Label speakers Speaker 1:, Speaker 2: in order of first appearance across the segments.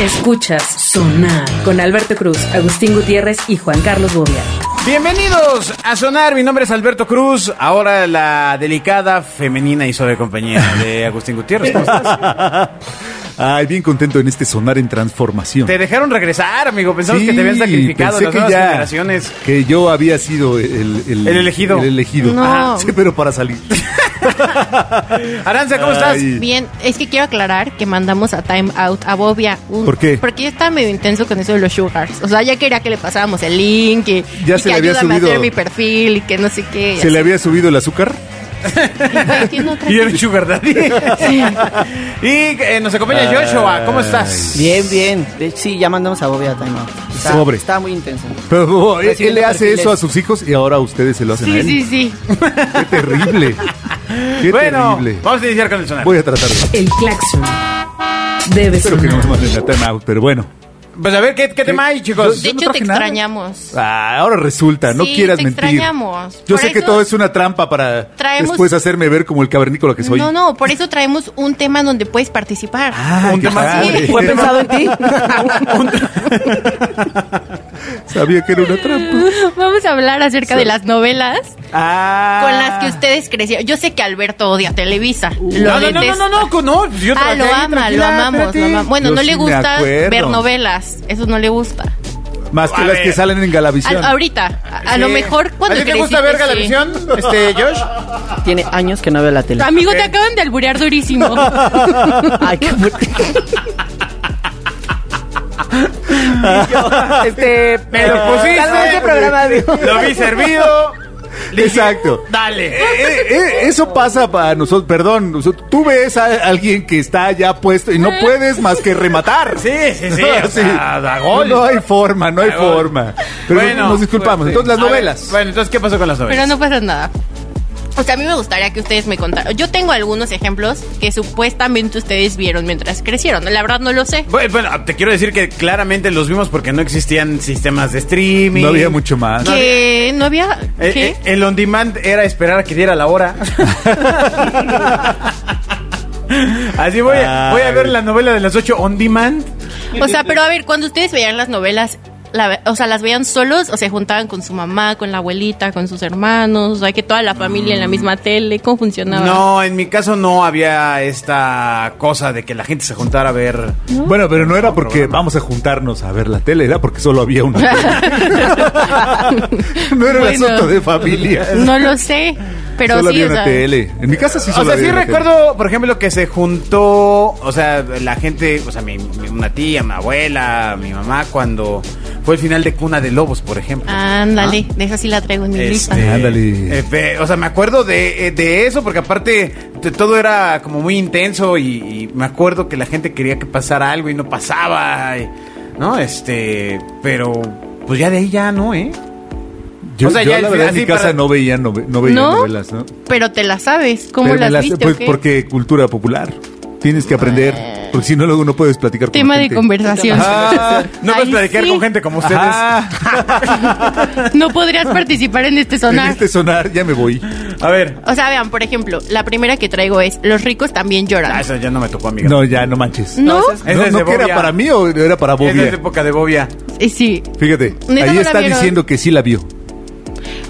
Speaker 1: Escuchas Sonar con Alberto Cruz, Agustín Gutiérrez y Juan Carlos Bobia.
Speaker 2: Bienvenidos a Sonar, mi nombre es Alberto Cruz, ahora la delicada, femenina y suave compañía de Agustín Gutiérrez. ¿Cómo estás?
Speaker 3: Ay, bien contento en este sonar en transformación.
Speaker 2: Te dejaron regresar, amigo, pensamos
Speaker 3: Sí,
Speaker 2: que te habían sacrificado
Speaker 3: pensé
Speaker 2: las
Speaker 3: que
Speaker 2: nuevas
Speaker 3: ya-
Speaker 2: generaciones.
Speaker 3: Que yo había sido el,
Speaker 2: El elegido.
Speaker 3: El elegido.
Speaker 4: No.
Speaker 3: Ajá. Sí, pero para salir.
Speaker 2: Aranza, ¿cómo estás?
Speaker 3: Ay.
Speaker 4: Bien, es que quiero aclarar que mandamos a Time Out a Bobia. Un-
Speaker 3: ¿Por qué?
Speaker 4: Porque ya estaba medio intenso con eso de los sugars. O sea, ya quería que le pasáramos el link y,
Speaker 3: Ya
Speaker 4: y
Speaker 3: se
Speaker 4: que
Speaker 3: le había
Speaker 4: ayúdame
Speaker 3: subido-
Speaker 4: a hacer mi perfil y que no sé qué.
Speaker 3: ¿Se le había subido el azúcar?
Speaker 4: Ay, tiene otra-
Speaker 2: Y el Sugar Daddy. y eh, nos acompaña Joshua, ¿cómo estás?
Speaker 5: Bien, bien. De- Sí, ya mandamos a Bobby a Time Out. Está,
Speaker 3: Sobre.
Speaker 5: está muy intenso.
Speaker 3: Pero no, él,
Speaker 5: Recibiendo
Speaker 3: él le hace
Speaker 5: perfiles.
Speaker 3: eso a sus hijos y ahora ustedes se lo hacen a
Speaker 4: Sí,
Speaker 3: él.
Speaker 4: sí, sí.
Speaker 3: Qué terrible. Qué
Speaker 2: bueno,
Speaker 3: terrible.
Speaker 2: vamos a iniciar con el sonar.
Speaker 3: Voy a tratar. de-
Speaker 1: El claxon debe
Speaker 3: Espero
Speaker 1: sonar.
Speaker 3: que no nos manden a time out, pero bueno.
Speaker 2: Pues a ver, ¿qué, qué tema hay, chicos?
Speaker 4: De
Speaker 3: no
Speaker 4: hecho, te
Speaker 3: traje nada.
Speaker 4: extrañamos.
Speaker 3: Ah, ahora resulta, no
Speaker 4: Sí,
Speaker 3: quieras
Speaker 4: te
Speaker 3: mentir.
Speaker 4: extrañamos.
Speaker 3: Yo
Speaker 4: Por
Speaker 3: sé que
Speaker 4: eso
Speaker 3: todo es una trampa para
Speaker 4: traemos-
Speaker 3: después hacerme ver como el cavernícola que soy.
Speaker 4: No, no, por eso traemos un tema en donde puedes participar.
Speaker 3: Ah,
Speaker 2: Un
Speaker 3: qué
Speaker 2: tema-
Speaker 3: padre.
Speaker 5: ¿Fue pensado en ti?
Speaker 3: Sabía que era una trampa.
Speaker 4: Vamos a hablar acerca de las novelas
Speaker 2: Ah.
Speaker 4: con las que ustedes crecieron. Yo sé que Alberto odia Televisa.
Speaker 3: Uh.
Speaker 2: No, no,
Speaker 4: Lo
Speaker 2: no, no,
Speaker 4: detesta.
Speaker 2: no, no, con- no, yo
Speaker 4: Ah,
Speaker 2: trabajé
Speaker 4: lo
Speaker 2: ahí,
Speaker 4: ama, lo
Speaker 2: tranquila,
Speaker 4: amamos,
Speaker 2: espérate.
Speaker 4: lo amamos. Bueno,
Speaker 3: Yo
Speaker 4: no
Speaker 3: sí
Speaker 4: le
Speaker 3: me
Speaker 4: gusta
Speaker 3: acuerdo.
Speaker 4: ver novelas, eso no le gusta.
Speaker 3: Más que
Speaker 2: A
Speaker 3: las
Speaker 2: ver.
Speaker 3: que salen en
Speaker 4: A-
Speaker 3: Galavisión.
Speaker 4: ahorita, a, a lo
Speaker 2: Sí.
Speaker 4: mejor cuando
Speaker 2: ¿A ti te
Speaker 4: creciste,
Speaker 2: gusta ver
Speaker 4: sí.
Speaker 2: Galavisión, este, Josh?
Speaker 5: Tiene años que no veo la tele.
Speaker 4: Amigo, te acaban de alburear durísimo.
Speaker 5: Ay, qué bu-
Speaker 6: Este,
Speaker 2: Me lo pusiste.
Speaker 6: Tal vez este programa
Speaker 2: Lo vi servido. Dije,
Speaker 3: Exacto.
Speaker 2: Dale.
Speaker 3: Eh, eh, eso pasa para nosotros, perdón, nosotros- tú ves a alguien que está ya puesto y no
Speaker 4: Eh.
Speaker 3: puedes más que rematar. Ah,
Speaker 2: Sí, sí, sí, o sea, da gol.
Speaker 3: No, no hay forma, no hay
Speaker 2: Da gol.
Speaker 3: forma. Pero nos disculpamos.
Speaker 2: pues, sí.
Speaker 3: Entonces las
Speaker 2: A ver,
Speaker 3: novelas.
Speaker 2: bueno, entonces, ¿qué pasó con las novelas?
Speaker 4: Pero no pasa nada. O sea, a mí me gustaría que ustedes me contaran. Yo tengo algunos ejemplos que supuestamente ustedes vieron mientras crecieron. La verdad no lo sé.
Speaker 2: Bu- Bueno, te quiero decir que claramente los vimos porque no existían sistemas de streaming.
Speaker 3: no había mucho más.
Speaker 4: Que no había...
Speaker 2: Eh,
Speaker 4: ¿Qué?
Speaker 2: eh, el on demand era esperar a que diera la hora. Así voy a, voy a ver la novela de las 8 on demand.
Speaker 4: O sea, pero a ver, cuando ustedes veían las novelas, la ve- o sea, las veían solos o se juntaban con su mamá, con la abuelita, con sus hermanos, o sea, que toda la familia en la misma tele, ¿cómo funcionaba?
Speaker 2: No, en mi caso no había esta cosa de que la gente se juntara a ver.
Speaker 3: Bueno, pero no era porque vamos a juntarnos a ver la tele, era porque solo había una. tele. no era el
Speaker 4: Bueno.
Speaker 3: asunto de familia.
Speaker 4: No lo sé, pero
Speaker 3: solo
Speaker 4: sí,
Speaker 3: había
Speaker 4: o
Speaker 3: una
Speaker 4: sea,
Speaker 3: tele. En mi casa sí
Speaker 2: O
Speaker 3: solo
Speaker 2: sea,
Speaker 3: había
Speaker 2: sí
Speaker 3: una tele.
Speaker 2: recuerdo, por ejemplo, que se juntó, o sea, la gente, o sea, mi, mi- una tía, mi abuela, mi mamá, cuando fue el final de Cuna de Lobos, por ejemplo.
Speaker 3: Ah.
Speaker 4: ándale, de esa sí la traigo en mi lista.
Speaker 2: Este,
Speaker 3: Ándale.
Speaker 2: eh, fe- o sea, me acuerdo de, eh, de eso, porque aparte de todo era como muy intenso y, y me acuerdo que la gente quería que pasara algo y no pasaba, y- ¿no? Este, pero pues ya de ahí ya no, ¿eh?
Speaker 3: Yo,
Speaker 2: O sea,
Speaker 3: yo,
Speaker 2: ya
Speaker 3: la
Speaker 2: el-
Speaker 3: verdad en mi
Speaker 2: así
Speaker 3: casa
Speaker 2: para-
Speaker 3: no veía, nove- no veía
Speaker 4: ¿No?
Speaker 3: novelas, ¿no?
Speaker 4: Pero te la sabes, ¿cómo
Speaker 3: Pero me
Speaker 4: las,
Speaker 3: las-
Speaker 4: viste?
Speaker 3: pues,
Speaker 4: o qué?
Speaker 3: porque cultura popular. Tienes que aprender, porque si no luego no puedes platicar con
Speaker 4: Tema
Speaker 3: la
Speaker 4: de
Speaker 3: gente.
Speaker 4: conversación.
Speaker 2: Ah, no
Speaker 4: Ahí
Speaker 2: puedes platicar
Speaker 4: sí.
Speaker 2: con gente como ustedes.
Speaker 3: Ajá.
Speaker 4: No podrías participar en este
Speaker 3: En
Speaker 4: sonar.
Speaker 3: este sonar ya me voy.
Speaker 2: A ver.
Speaker 4: O sea, vean, por ejemplo, la primera que traigo es Los ricos también lloran.
Speaker 2: Ah, eso ya no me tocó, amiga.
Speaker 3: No, ya no manches.
Speaker 4: ¿No?
Speaker 2: Esa es
Speaker 3: no,
Speaker 2: de
Speaker 3: no que era
Speaker 2: Bobia.
Speaker 3: para mí o era para
Speaker 2: Esa
Speaker 3: Bobia.
Speaker 2: es época de Bobia.
Speaker 4: Eh, Sí.
Speaker 3: Fíjate,
Speaker 4: no
Speaker 3: ahí
Speaker 4: la
Speaker 3: está
Speaker 4: vieron.
Speaker 3: diciendo que sí la vio.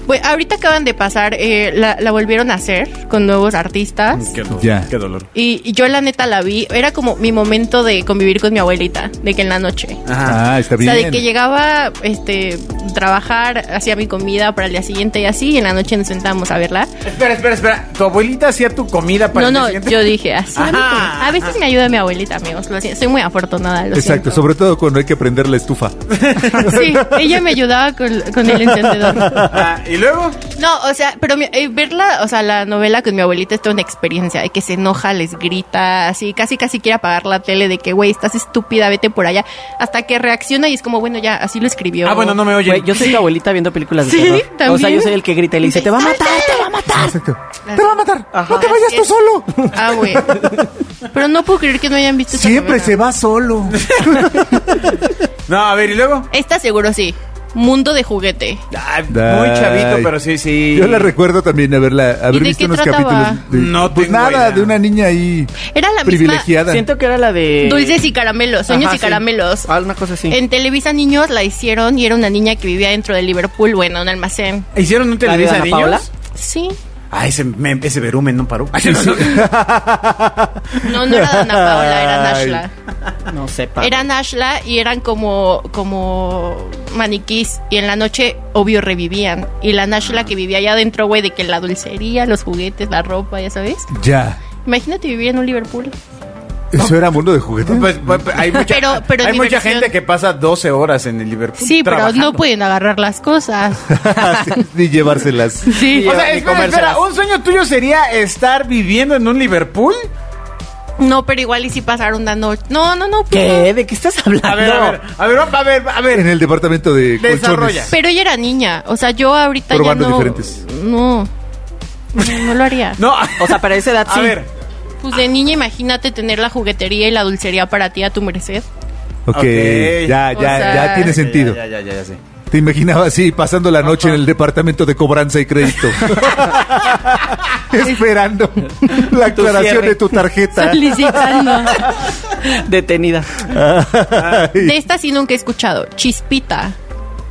Speaker 4: Pues ahorita acaban de pasar, eh, la, la volvieron a hacer con nuevos artistas.
Speaker 2: Qué dolor.
Speaker 3: Ya.
Speaker 2: Qué dolor.
Speaker 4: Y, y yo la neta la vi, era como mi momento de convivir con mi abuelita, de que en la noche.
Speaker 2: Ajá.
Speaker 3: Ah, está bien.
Speaker 4: O sea, de que llegaba, este, trabajar, hacía mi comida para el día siguiente y así, y en la noche nos sentábamos a verla.
Speaker 2: Espera, espera, espera. ¿Tu abuelita hacía tu comida para
Speaker 4: No,
Speaker 2: el día
Speaker 4: no,
Speaker 2: siguiente?
Speaker 4: yo dije, así.
Speaker 2: Ajá,
Speaker 4: A veces me ayuda mi abuelita, amigos, lo siento, soy muy afortunada, lo
Speaker 3: Exacto,
Speaker 4: siento.
Speaker 3: sobre todo cuando hay que prender la estufa.
Speaker 4: Sí, ella me ayudaba con, con el encendedor.
Speaker 2: Ah, ¿Y luego?
Speaker 4: No, o sea, pero mi- eh, verla, o sea, la novela con mi abuelita es toda una experiencia de que se enoja, les grita, así, casi casi quiere apagar la tele de que, güey, estás estúpida, vete por allá, hasta que reacciona y es como, bueno, ya, así lo escribió.
Speaker 2: Ah, bueno, no me oyen.
Speaker 5: Güey, yo soy tu abuelita viendo películas de
Speaker 4: Sí,
Speaker 5: terror. O sea,
Speaker 4: también.
Speaker 5: yo soy el que grita y le dice, te va a matar, te va a matar.
Speaker 3: Exacto. Te va a matar. No te vayas
Speaker 4: Así
Speaker 3: tú
Speaker 4: es.
Speaker 3: solo.
Speaker 4: Ah, güey. Pero no puedo creer que no hayan visto esa
Speaker 3: Siempre
Speaker 4: novela.
Speaker 3: se va solo.
Speaker 2: No, a ver, ¿y luego?
Speaker 4: Esta seguro sí. Mundo de juguete.
Speaker 2: Ay, muy chavito,
Speaker 3: Ay.
Speaker 2: pero sí, sí.
Speaker 3: Yo la recuerdo también haberla, haber
Speaker 4: ¿Y de
Speaker 3: visto
Speaker 4: qué
Speaker 3: unos
Speaker 4: trataba?
Speaker 3: capítulos. de-
Speaker 2: No
Speaker 3: pues
Speaker 2: tengo
Speaker 3: nada,
Speaker 2: idea.
Speaker 3: de una niña ahí
Speaker 4: Era la misma
Speaker 3: privilegiada.
Speaker 5: Siento que era la de...
Speaker 4: Dulces y caramelos, sueños
Speaker 5: Ajá,
Speaker 4: y
Speaker 5: sí.
Speaker 4: caramelos.
Speaker 5: Ah, una cosa así.
Speaker 4: En Televisa Niños la hicieron y era una niña que vivía dentro de Liverpool, bueno, un almacén.
Speaker 2: ¿Hicieron un
Speaker 5: de
Speaker 2: Televisa
Speaker 5: Ana
Speaker 2: de niños?
Speaker 5: Paola?
Speaker 4: Sí.
Speaker 2: Ah, ese, me- ese verumen no paró. Ay, no, no.
Speaker 4: No, no era Dana Paola, era Nashla.
Speaker 5: No sepa.
Speaker 4: Era Nashla y eran como, como maniquís. Y en la noche, obvio, revivían. Y la Nashla que vivía allá adentro, güey, de que la dulcería, los juguetes, la ropa, ya sabes.
Speaker 3: Ya.
Speaker 4: Imagínate vivir en un Liverpool.
Speaker 3: Eso era mundo de juguetes.
Speaker 2: Pues, pues, pues, hay mucha,
Speaker 4: Pero- pero
Speaker 2: hay mucha
Speaker 4: diversión.
Speaker 2: gente que pasa 12 horas en el Liverpool.
Speaker 4: Sí, pero
Speaker 2: trabajando.
Speaker 4: no pueden agarrar las cosas.
Speaker 3: Ni Ah, llevárselas.
Speaker 4: Sí.
Speaker 2: O sea,
Speaker 5: Ni
Speaker 2: espera,
Speaker 5: comérselas.
Speaker 2: espera, ¿un sueño tuyo sería estar viviendo en un Liverpool?
Speaker 4: No, pero igual y si pasar una noche. No, no, no. pues
Speaker 5: ¿Qué?
Speaker 4: no.
Speaker 5: ¿De qué estás hablando?
Speaker 2: A ver, a ver, a ver, a ver, a
Speaker 3: En
Speaker 2: ver.
Speaker 3: el departamento de
Speaker 2: Desarrolla.
Speaker 3: colchones.
Speaker 4: Pero ella era niña. O sea, yo ahorita ya
Speaker 3: Probando
Speaker 4: no.
Speaker 3: diferentes.
Speaker 4: No. No, no lo haría.
Speaker 2: No,
Speaker 5: O sea, para esa edad
Speaker 2: a
Speaker 5: sí.
Speaker 2: ver.
Speaker 4: Pues de niña, imagínate tener la juguetería y la dulcería para ti a tu merced.
Speaker 3: Ok,
Speaker 2: Ok.
Speaker 3: ya, ya,
Speaker 4: O sea-
Speaker 3: ya tiene sentido.
Speaker 2: Ya, ya, ya, ya, sí.
Speaker 3: Te imaginaba así, pasando la noche en el departamento de cobranza y crédito. Esperando la
Speaker 5: Tu
Speaker 3: aclaración
Speaker 5: cierre.
Speaker 3: de tu tarjeta.
Speaker 4: Solicitando.
Speaker 5: Detenida.
Speaker 4: De esta sí nunca he escuchado. Chispita.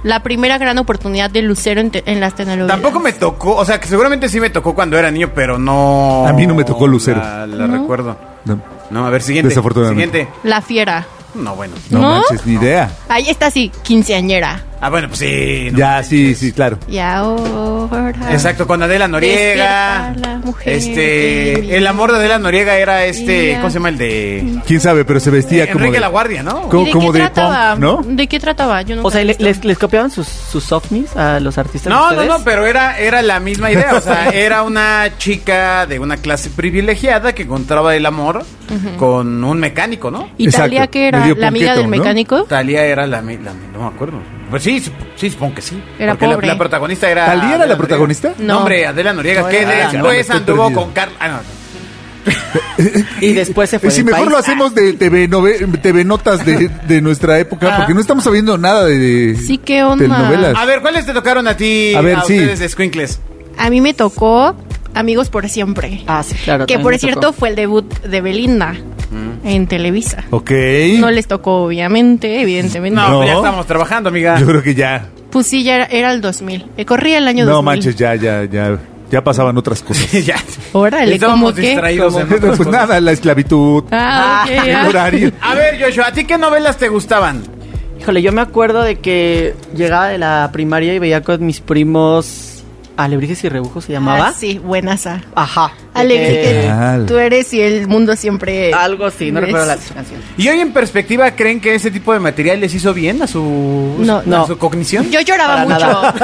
Speaker 4: La primera gran oportunidad de Lucero en, te- en las telenovelas.
Speaker 2: Tampoco me tocó, o sea, que seguramente sí me tocó cuando era niño, pero no.
Speaker 3: A mí no me tocó Lucero.
Speaker 2: La, la recuerdo.
Speaker 3: No,
Speaker 2: No, a ver, siguiente.
Speaker 3: Desafortunadamente.
Speaker 2: Siguiente.
Speaker 4: La fiera.
Speaker 2: No, bueno.
Speaker 3: no
Speaker 4: ¿No?
Speaker 3: manches, ni idea.
Speaker 4: Ahí está sí, quinceañera.
Speaker 2: Ah, bueno, pues sí. no
Speaker 3: ya,
Speaker 2: manches.
Speaker 3: sí, sí, claro.
Speaker 4: Y ahora.
Speaker 2: Exacto, con Adela Noriega.
Speaker 4: Despierta la mujer que vive.
Speaker 2: Este, el amor de Adela Noriega era este,
Speaker 4: Ella.
Speaker 2: ¿cómo se llama el de
Speaker 3: Quién sabe, pero se vestía como.
Speaker 2: Enrique
Speaker 3: de-
Speaker 2: La Guardia, no?
Speaker 3: Co-
Speaker 4: ¿Y
Speaker 3: como
Speaker 4: qué
Speaker 3: de
Speaker 4: trataba?
Speaker 3: punk, ¿no?
Speaker 4: ¿De qué trataba? Yo nunca
Speaker 5: O sea,
Speaker 4: he
Speaker 5: ¿le-
Speaker 4: visto.
Speaker 5: les, les copiaban sus, sus softnis a los artistas?
Speaker 2: No,
Speaker 5: de
Speaker 2: no,
Speaker 5: ustedes?
Speaker 2: no, pero era, era la misma idea. O sea, era una chica de una clase privilegiada que encontraba el amor con un mecánico, ¿no?
Speaker 4: Italia
Speaker 3: Exacto,
Speaker 4: que era
Speaker 3: medio
Speaker 4: la amiga
Speaker 3: punqueto,
Speaker 4: del
Speaker 3: ¿no?
Speaker 4: mecánico.
Speaker 2: Talía era la, mi- la mi- no me acuerdo. Pues sí, sup- sí, supongo que sí.
Speaker 4: Era
Speaker 2: Porque la-
Speaker 4: pobre.
Speaker 2: La, protagonista era.
Speaker 3: ¿Talía era
Speaker 2: Adela
Speaker 3: la
Speaker 2: Noriega.
Speaker 3: protagonista?
Speaker 2: No,
Speaker 4: No.
Speaker 2: hombre, Adela Noriega,
Speaker 5: No,
Speaker 2: que
Speaker 5: era Adela.
Speaker 2: después
Speaker 3: Ya me estoy
Speaker 2: anduvo
Speaker 3: perdido.
Speaker 2: con Carla. Ah, no.
Speaker 5: Y después se fue
Speaker 3: Si
Speaker 5: del
Speaker 3: mejor
Speaker 5: país.
Speaker 3: lo hacemos de TV, nove- TV notas de, de nuestra época, porque no estamos sabiendo nada de, de
Speaker 4: Ah. Sí, qué onda.
Speaker 3: telenovelas.
Speaker 2: A ver, ¿cuáles te tocaron a ti?
Speaker 3: A ver, sí.
Speaker 2: ustedes de Squinkles.
Speaker 4: A mí me tocó Amigos por siempre.
Speaker 5: Ah, sí, claro.
Speaker 4: que
Speaker 5: también
Speaker 4: por
Speaker 5: me
Speaker 4: cierto
Speaker 5: tocó. Mm.
Speaker 4: fue el debut de Belinda en Televisa.
Speaker 3: Ok.
Speaker 4: No les tocó, obviamente, evidentemente.
Speaker 2: No,
Speaker 3: No.
Speaker 2: ya estamos trabajando, amiga.
Speaker 3: Yo creo que ya.
Speaker 4: Pues sí, ya era, era el 2000. Eh, Corría el año
Speaker 3: No
Speaker 4: 2000.
Speaker 3: manches, ya, ya, ya. Ya pasaban otras cosas.
Speaker 2: ya.
Speaker 4: Órale,
Speaker 2: Estábamos
Speaker 4: ¿cómo qué?
Speaker 2: distraídos en
Speaker 3: Bueno,
Speaker 2: otras
Speaker 3: pues
Speaker 2: cosas.
Speaker 3: nada, la esclavitud,
Speaker 4: Ah, ok,
Speaker 3: el
Speaker 4: ya.
Speaker 3: horario.
Speaker 2: A ver, Joshua, ¿a ti qué novelas te gustaban?
Speaker 5: Híjole, yo me acuerdo de que llegaba de la primaria y veía con mis primos... Alebrijes y Rebujos se llamaba.
Speaker 4: Ah, sí, buenaza.
Speaker 5: Ajá.
Speaker 4: Alegría
Speaker 5: Eh,
Speaker 3: ¿qué
Speaker 4: que
Speaker 3: tal?
Speaker 4: tú eres y el mundo siempre.
Speaker 5: Algo así, no
Speaker 4: es.
Speaker 5: recuerdo la canción.
Speaker 2: ¿Y hoy en perspectiva creen que ese tipo de material les hizo bien a su,
Speaker 4: No,
Speaker 2: a
Speaker 5: no.
Speaker 2: su cognición?
Speaker 4: Yo lloraba
Speaker 5: Para
Speaker 4: mucho.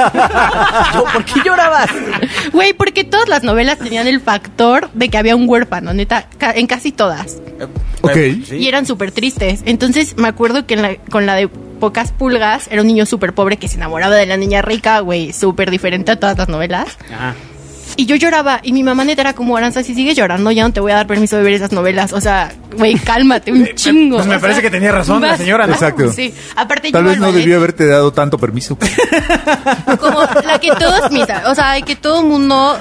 Speaker 5: Yo, ¿Por qué llorabas?
Speaker 4: Güey, porque todas las novelas tenían el factor de que había un huérfano, neta, ca- en casi todas.
Speaker 2: Eh,
Speaker 3: Ok.
Speaker 2: eh, sí.
Speaker 4: Y eran súper tristes. Entonces me acuerdo que en la- con la de pocas pulgas era un niño súper pobre que se enamoraba de la niña rica, güey, súper diferente a todas las novelas.
Speaker 2: Ajá.
Speaker 4: Y yo lloraba y mi mamá neta era como, Aranza, si sigues llorando ya no te voy a dar permiso de ver esas novelas. O sea, güey, cálmate un chingo.
Speaker 2: pues me
Speaker 4: O
Speaker 2: parece
Speaker 4: sea,
Speaker 2: que tenía razón la señora, ¿no?
Speaker 3: Exacto.
Speaker 4: Sí, aparte
Speaker 3: Tal
Speaker 4: yo
Speaker 3: vez
Speaker 4: al
Speaker 3: no
Speaker 4: ballet-
Speaker 3: debió haberte dado tanto permiso.
Speaker 4: Como la que todos mis, o sea, que todo el mundo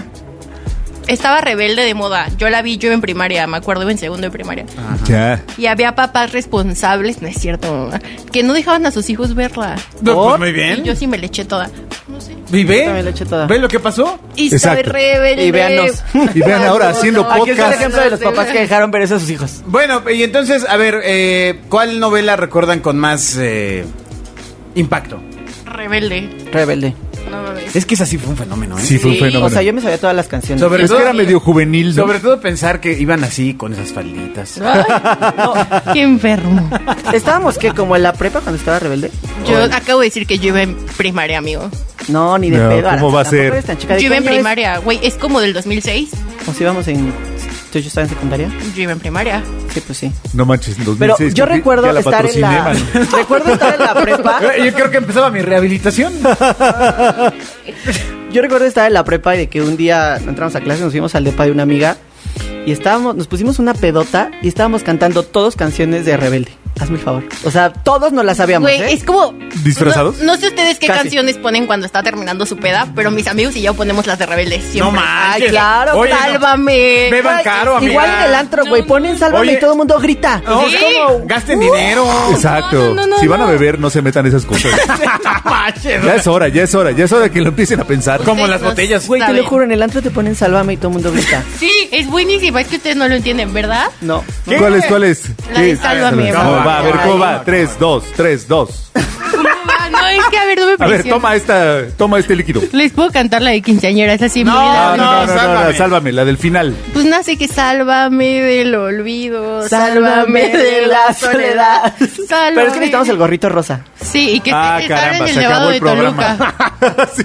Speaker 4: estaba rebelde de moda. Yo la vi yo en primaria, me acuerdo en segundo de primaria.
Speaker 2: Ah.
Speaker 3: Ya.
Speaker 4: Y había papás responsables, no es cierto, mamá, que no dejaban a sus hijos verla.
Speaker 2: No, pues
Speaker 5: ¿Por?
Speaker 2: muy
Speaker 4: Y yo
Speaker 2: bien.
Speaker 4: sí me le eché toda. No sé.
Speaker 2: ¿Y
Speaker 5: Yo también la
Speaker 2: ve?
Speaker 5: eché toda.
Speaker 2: ¿Ve lo que pasó?
Speaker 4: Y soy
Speaker 3: Exacto.
Speaker 4: rebelde.
Speaker 5: Y véanos.
Speaker 3: Y vean ahora haciendo
Speaker 5: Aquí está el
Speaker 3: podcast.
Speaker 5: ejemplo de los papás que dejaron ver eso a sus hijos.
Speaker 2: Bueno, y entonces, a ver, eh, ¿cuál novela recuerdan con más eh, impacto?
Speaker 4: Rebelde.
Speaker 5: Rebelde.
Speaker 4: No mames.
Speaker 2: Es que esa sí fue un fenómeno, ¿eh?
Speaker 3: Sí, fue un
Speaker 4: Sí,
Speaker 3: fenómeno.
Speaker 5: O sea, yo me sabía todas las canciones.
Speaker 2: Sobre-
Speaker 3: es que era medio juvenil, ¿no?
Speaker 2: Sobre todo pensar que iban así con esas falditas.
Speaker 4: Qué enfermo.
Speaker 5: Estábamos que como en la prepa cuando estaba rebelde.
Speaker 4: Yo acabo de decir que yo iba en primaria, amigo.
Speaker 5: No, ni de
Speaker 3: No,
Speaker 5: pedo.
Speaker 3: ¿cómo
Speaker 5: Aranza,
Speaker 3: va a
Speaker 5: tampoco
Speaker 3: ser?
Speaker 5: eres tan
Speaker 4: Yo
Speaker 5: chica. ¿De qué
Speaker 4: iba en
Speaker 5: año eres?
Speaker 4: primaria, güey. Es como del 2006.
Speaker 5: Nos íbamos en. Yo yo estaba en secundaria.
Speaker 4: Yo iba en primaria.
Speaker 5: Sí, pues sí.
Speaker 3: No manches, en 2006.
Speaker 5: Pero yo
Speaker 3: papi,
Speaker 5: recuerdo
Speaker 3: ya la
Speaker 5: estar en la.
Speaker 3: patrociné, man.
Speaker 5: recuerdo estar en la prepa.
Speaker 2: Eh, Yo creo que empezaba mi rehabilitación.
Speaker 5: Yo recuerdo estar en la prepa y de que un día entramos a clase, nos fuimos al depa de una amiga y estábamos, nos pusimos una pedota y estábamos cantando todos canciones de Rebelde. Hazme el favor. O sea, todos nos las sabíamos,
Speaker 4: Güey,
Speaker 5: ¿eh?
Speaker 4: es como
Speaker 3: disfrazados.
Speaker 4: No, no sé ustedes qué
Speaker 5: Casi.
Speaker 4: canciones ponen cuando está terminando su peda, pero mis amigos y yo ponemos las de rebeldes
Speaker 2: No
Speaker 4: siempre.
Speaker 2: manches.
Speaker 5: Ay, claro,
Speaker 2: Oye, no.
Speaker 4: Sálvame.
Speaker 2: Beban
Speaker 4: Ay,
Speaker 2: caro, amiga.
Speaker 5: Igual en el antro, güey. Ponen sálvame
Speaker 2: Oye.
Speaker 5: y todo el mundo grita.
Speaker 2: No,
Speaker 4: Sí.
Speaker 2: es como, Gasten
Speaker 4: Uh.
Speaker 2: dinero.
Speaker 3: Exacto.
Speaker 4: No, no, no,
Speaker 3: si van a
Speaker 4: no.
Speaker 3: beber, no se metan esas cosas.
Speaker 2: Manches,
Speaker 3: ya es hora, ya es hora, ya es hora que lo empiecen a pensar.
Speaker 2: Como las
Speaker 4: no
Speaker 2: botellas.
Speaker 5: Güey, te
Speaker 4: saben.
Speaker 5: lo juro, en el antro te ponen sálvame y todo el mundo grita.
Speaker 4: Sí, es buenísima. Es que ustedes no lo entienden, ¿verdad?
Speaker 5: No.
Speaker 2: ¿Qué?
Speaker 3: ¿Cuál es? ¿Cuál es?
Speaker 4: La
Speaker 3: ¿Qué
Speaker 4: de
Speaker 3: es?
Speaker 4: Sálvame,
Speaker 3: ¿Cómo
Speaker 2: va.
Speaker 3: va? A ver, ¿cómo
Speaker 2: Ay,
Speaker 3: va?
Speaker 2: no.
Speaker 3: Tres, dos, tres, dos.
Speaker 4: ¿Cómo va? No, es que a ver, no me
Speaker 3: A ver,
Speaker 4: presiones.
Speaker 3: toma esta, toma este líquido.
Speaker 4: Les puedo cantar la de quinceañera, es así.
Speaker 2: No,
Speaker 4: muy
Speaker 3: No,
Speaker 4: larga.
Speaker 3: no, no, no, no,
Speaker 2: sálvame.
Speaker 3: no, sálvame, la del final.
Speaker 4: Pues nace que sálvame del olvido,
Speaker 5: Sálvame de la soledad.
Speaker 4: Sálvame.
Speaker 5: Pero es que necesitamos el gorrito rosa.
Speaker 4: Sí, y que
Speaker 3: Ah,
Speaker 4: esté- estar
Speaker 3: caramba,
Speaker 4: en el
Speaker 3: se
Speaker 4: Nevado
Speaker 3: acabó
Speaker 4: de
Speaker 3: el programa.
Speaker 4: Toluca.
Speaker 3: Sí.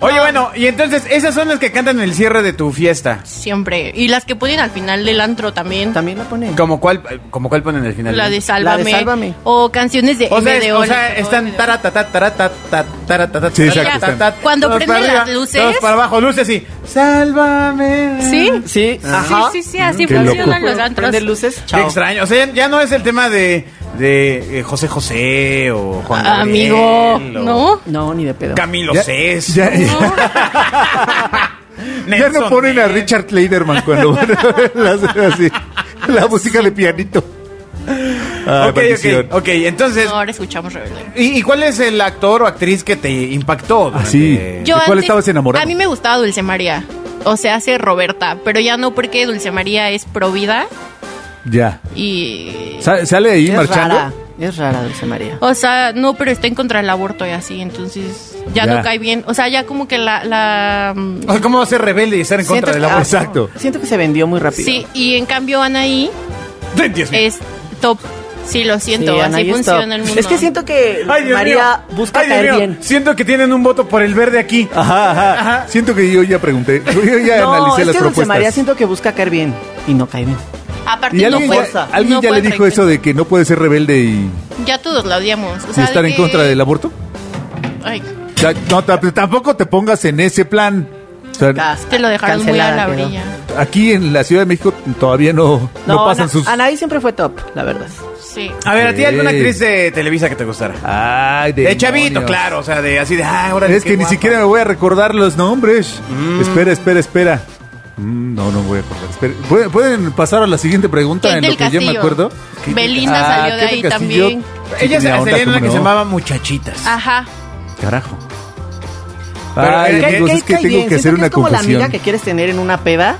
Speaker 2: Oye, bueno, y entonces esas son las que cantan en el cierre de tu fiesta.
Speaker 4: Siempre. Y las que ponen al final del antro también.
Speaker 5: También la ponen.
Speaker 2: ¿Como cuál, como cuál ponen al final?
Speaker 4: La de Sálvame.
Speaker 5: Sálvame.
Speaker 4: O canciones de
Speaker 2: O sea, es-
Speaker 4: MDO,
Speaker 2: o sea,
Speaker 4: les-
Speaker 2: están taratata, taratata, taratata,
Speaker 3: Sí, exacto,
Speaker 2: taratata,
Speaker 3: están.
Speaker 2: taratata,
Speaker 4: Cuando
Speaker 2: todos
Speaker 4: prenden
Speaker 2: para arriba,
Speaker 4: las luces.
Speaker 2: Todos para abajo, luces y... Sálvame.
Speaker 4: ¿Sí?
Speaker 5: Sí,
Speaker 4: Sí,
Speaker 5: ajá.
Speaker 4: sí, sí, así
Speaker 3: Qué
Speaker 4: funcionan
Speaker 3: loco.
Speaker 4: los antros.
Speaker 5: Prende luces,
Speaker 2: Qué
Speaker 5: chao.
Speaker 2: Ah. extraño. O sea, ya- ya no es el tema de, de eh, José José o Juan
Speaker 4: Ah,
Speaker 2: Gabriel,
Speaker 4: Amigo,
Speaker 2: o
Speaker 4: ¿no?
Speaker 5: No, ni de pedo.
Speaker 2: Camilo
Speaker 3: Ya-
Speaker 2: Cés.
Speaker 3: ya- ya- Ya no ponen
Speaker 2: eh.
Speaker 3: a Richard Lederman cuando van a ver las- así, la música de pianito. Ah,
Speaker 2: Ok,
Speaker 3: maldición.
Speaker 2: ok, ok. Entonces,
Speaker 4: No, ahora escuchamos Rebelde.
Speaker 2: ¿y, y cuál es el actor o actriz que te impactó?
Speaker 3: Ah, sí.
Speaker 2: durante-
Speaker 3: Yo- ¿De cuál estabas enamorado?
Speaker 4: A mí me gustaba Dulce María. O sea, hace Roberta, pero ya no porque Dulce María es pro vida
Speaker 3: Ya.
Speaker 4: y
Speaker 3: Sa- ¿Sale ahí
Speaker 5: Es
Speaker 3: marchando?
Speaker 5: rara. Es rara, Dulce María.
Speaker 4: O sea, no, pero está en contra del aborto y así, entonces ya,
Speaker 3: Ya.
Speaker 4: no cae bien. O sea, ya como que la... la mm,
Speaker 2: O sea, ¿Cómo va a ser rebelde y estar en
Speaker 5: Siento
Speaker 2: contra de
Speaker 5: que-
Speaker 2: la
Speaker 5: ah,
Speaker 2: voz?
Speaker 3: Exacto.
Speaker 5: no. Siento que se vendió muy rápido.
Speaker 4: sí, y en cambio Anaí
Speaker 2: Dios mío.
Speaker 4: ah, es top. Sí, lo
Speaker 5: Sí,
Speaker 4: siento, así
Speaker 5: Anaí
Speaker 4: funciona
Speaker 5: está-
Speaker 4: el mundo.
Speaker 5: Es que siento que
Speaker 2: Ay, Dios
Speaker 5: María
Speaker 2: mío.
Speaker 5: busca
Speaker 2: Ay, Dios
Speaker 5: caer
Speaker 2: mío.
Speaker 5: bien.
Speaker 2: Siento que tienen un voto por el verde aquí.
Speaker 3: Ajá, ajá,
Speaker 2: Ajá.
Speaker 3: Siento que yo ya pregunté. Yo ya analicé las
Speaker 5: es que Dulce
Speaker 3: propuestas.
Speaker 5: María siento que busca caer bien y no cae bien.
Speaker 4: Aparte
Speaker 3: Y
Speaker 4: no
Speaker 3: alguien
Speaker 4: fue...
Speaker 3: ya, alguien
Speaker 4: no
Speaker 3: ya
Speaker 4: fue
Speaker 3: le dijo
Speaker 4: perfecto.
Speaker 3: eso de que no puede ser rebelde y,
Speaker 4: Ya todos la odiamos. O
Speaker 3: y
Speaker 4: sea,
Speaker 3: estar
Speaker 4: de
Speaker 3: en
Speaker 4: que-
Speaker 3: contra del aborto.
Speaker 4: Ay,
Speaker 3: Ya, no, t- tampoco te pongas en ese plan. O sea,
Speaker 4: te lo dejaron muy a la
Speaker 5: Cancelada quedó.
Speaker 4: orilla.
Speaker 3: aquí en la Ciudad de México todavía no, no, pasan
Speaker 5: Ana-
Speaker 3: sus.
Speaker 5: Anaí siempre fue top, la verdad.
Speaker 4: Sí.
Speaker 2: A ver, ¿a ti
Speaker 3: Ok.
Speaker 2: alguna actriz de Televisa que te gustara?
Speaker 3: Ay,
Speaker 2: De
Speaker 3: demonios.
Speaker 2: chavito, claro. O sea, de así de... Ah, órale,
Speaker 3: Es
Speaker 2: qué Mm.
Speaker 3: que ni
Speaker 2: guapa.
Speaker 3: siquiera me voy a recordar los nombres. Espera, espera, espera. Mm, no, no voy a recordar. Espera. ¿Pueden, pueden pasar a la siguiente pregunta
Speaker 4: Kate
Speaker 3: en lo
Speaker 4: del
Speaker 3: que yo me
Speaker 4: Castillo.
Speaker 3: acuerdo?
Speaker 4: Belinda salió de
Speaker 3: Kate
Speaker 4: ahí
Speaker 3: del Castillo.
Speaker 4: también.
Speaker 3: Sí
Speaker 2: Ella
Speaker 3: tenía
Speaker 2: se-
Speaker 3: onda,
Speaker 2: salía en una
Speaker 3: ¿cómo
Speaker 2: que se
Speaker 3: no?
Speaker 2: llamaba Muchachitas.
Speaker 4: Ajá.
Speaker 3: Carajo.
Speaker 2: Pero
Speaker 3: Ay,
Speaker 2: el
Speaker 5: Cae-
Speaker 3: amigos,
Speaker 5: cae-
Speaker 3: es que
Speaker 5: cae
Speaker 3: tengo
Speaker 5: bien.
Speaker 3: que hacer
Speaker 5: Siento
Speaker 3: una
Speaker 5: es como la amiga
Speaker 3: confesión.
Speaker 5: que quieres tener en una peda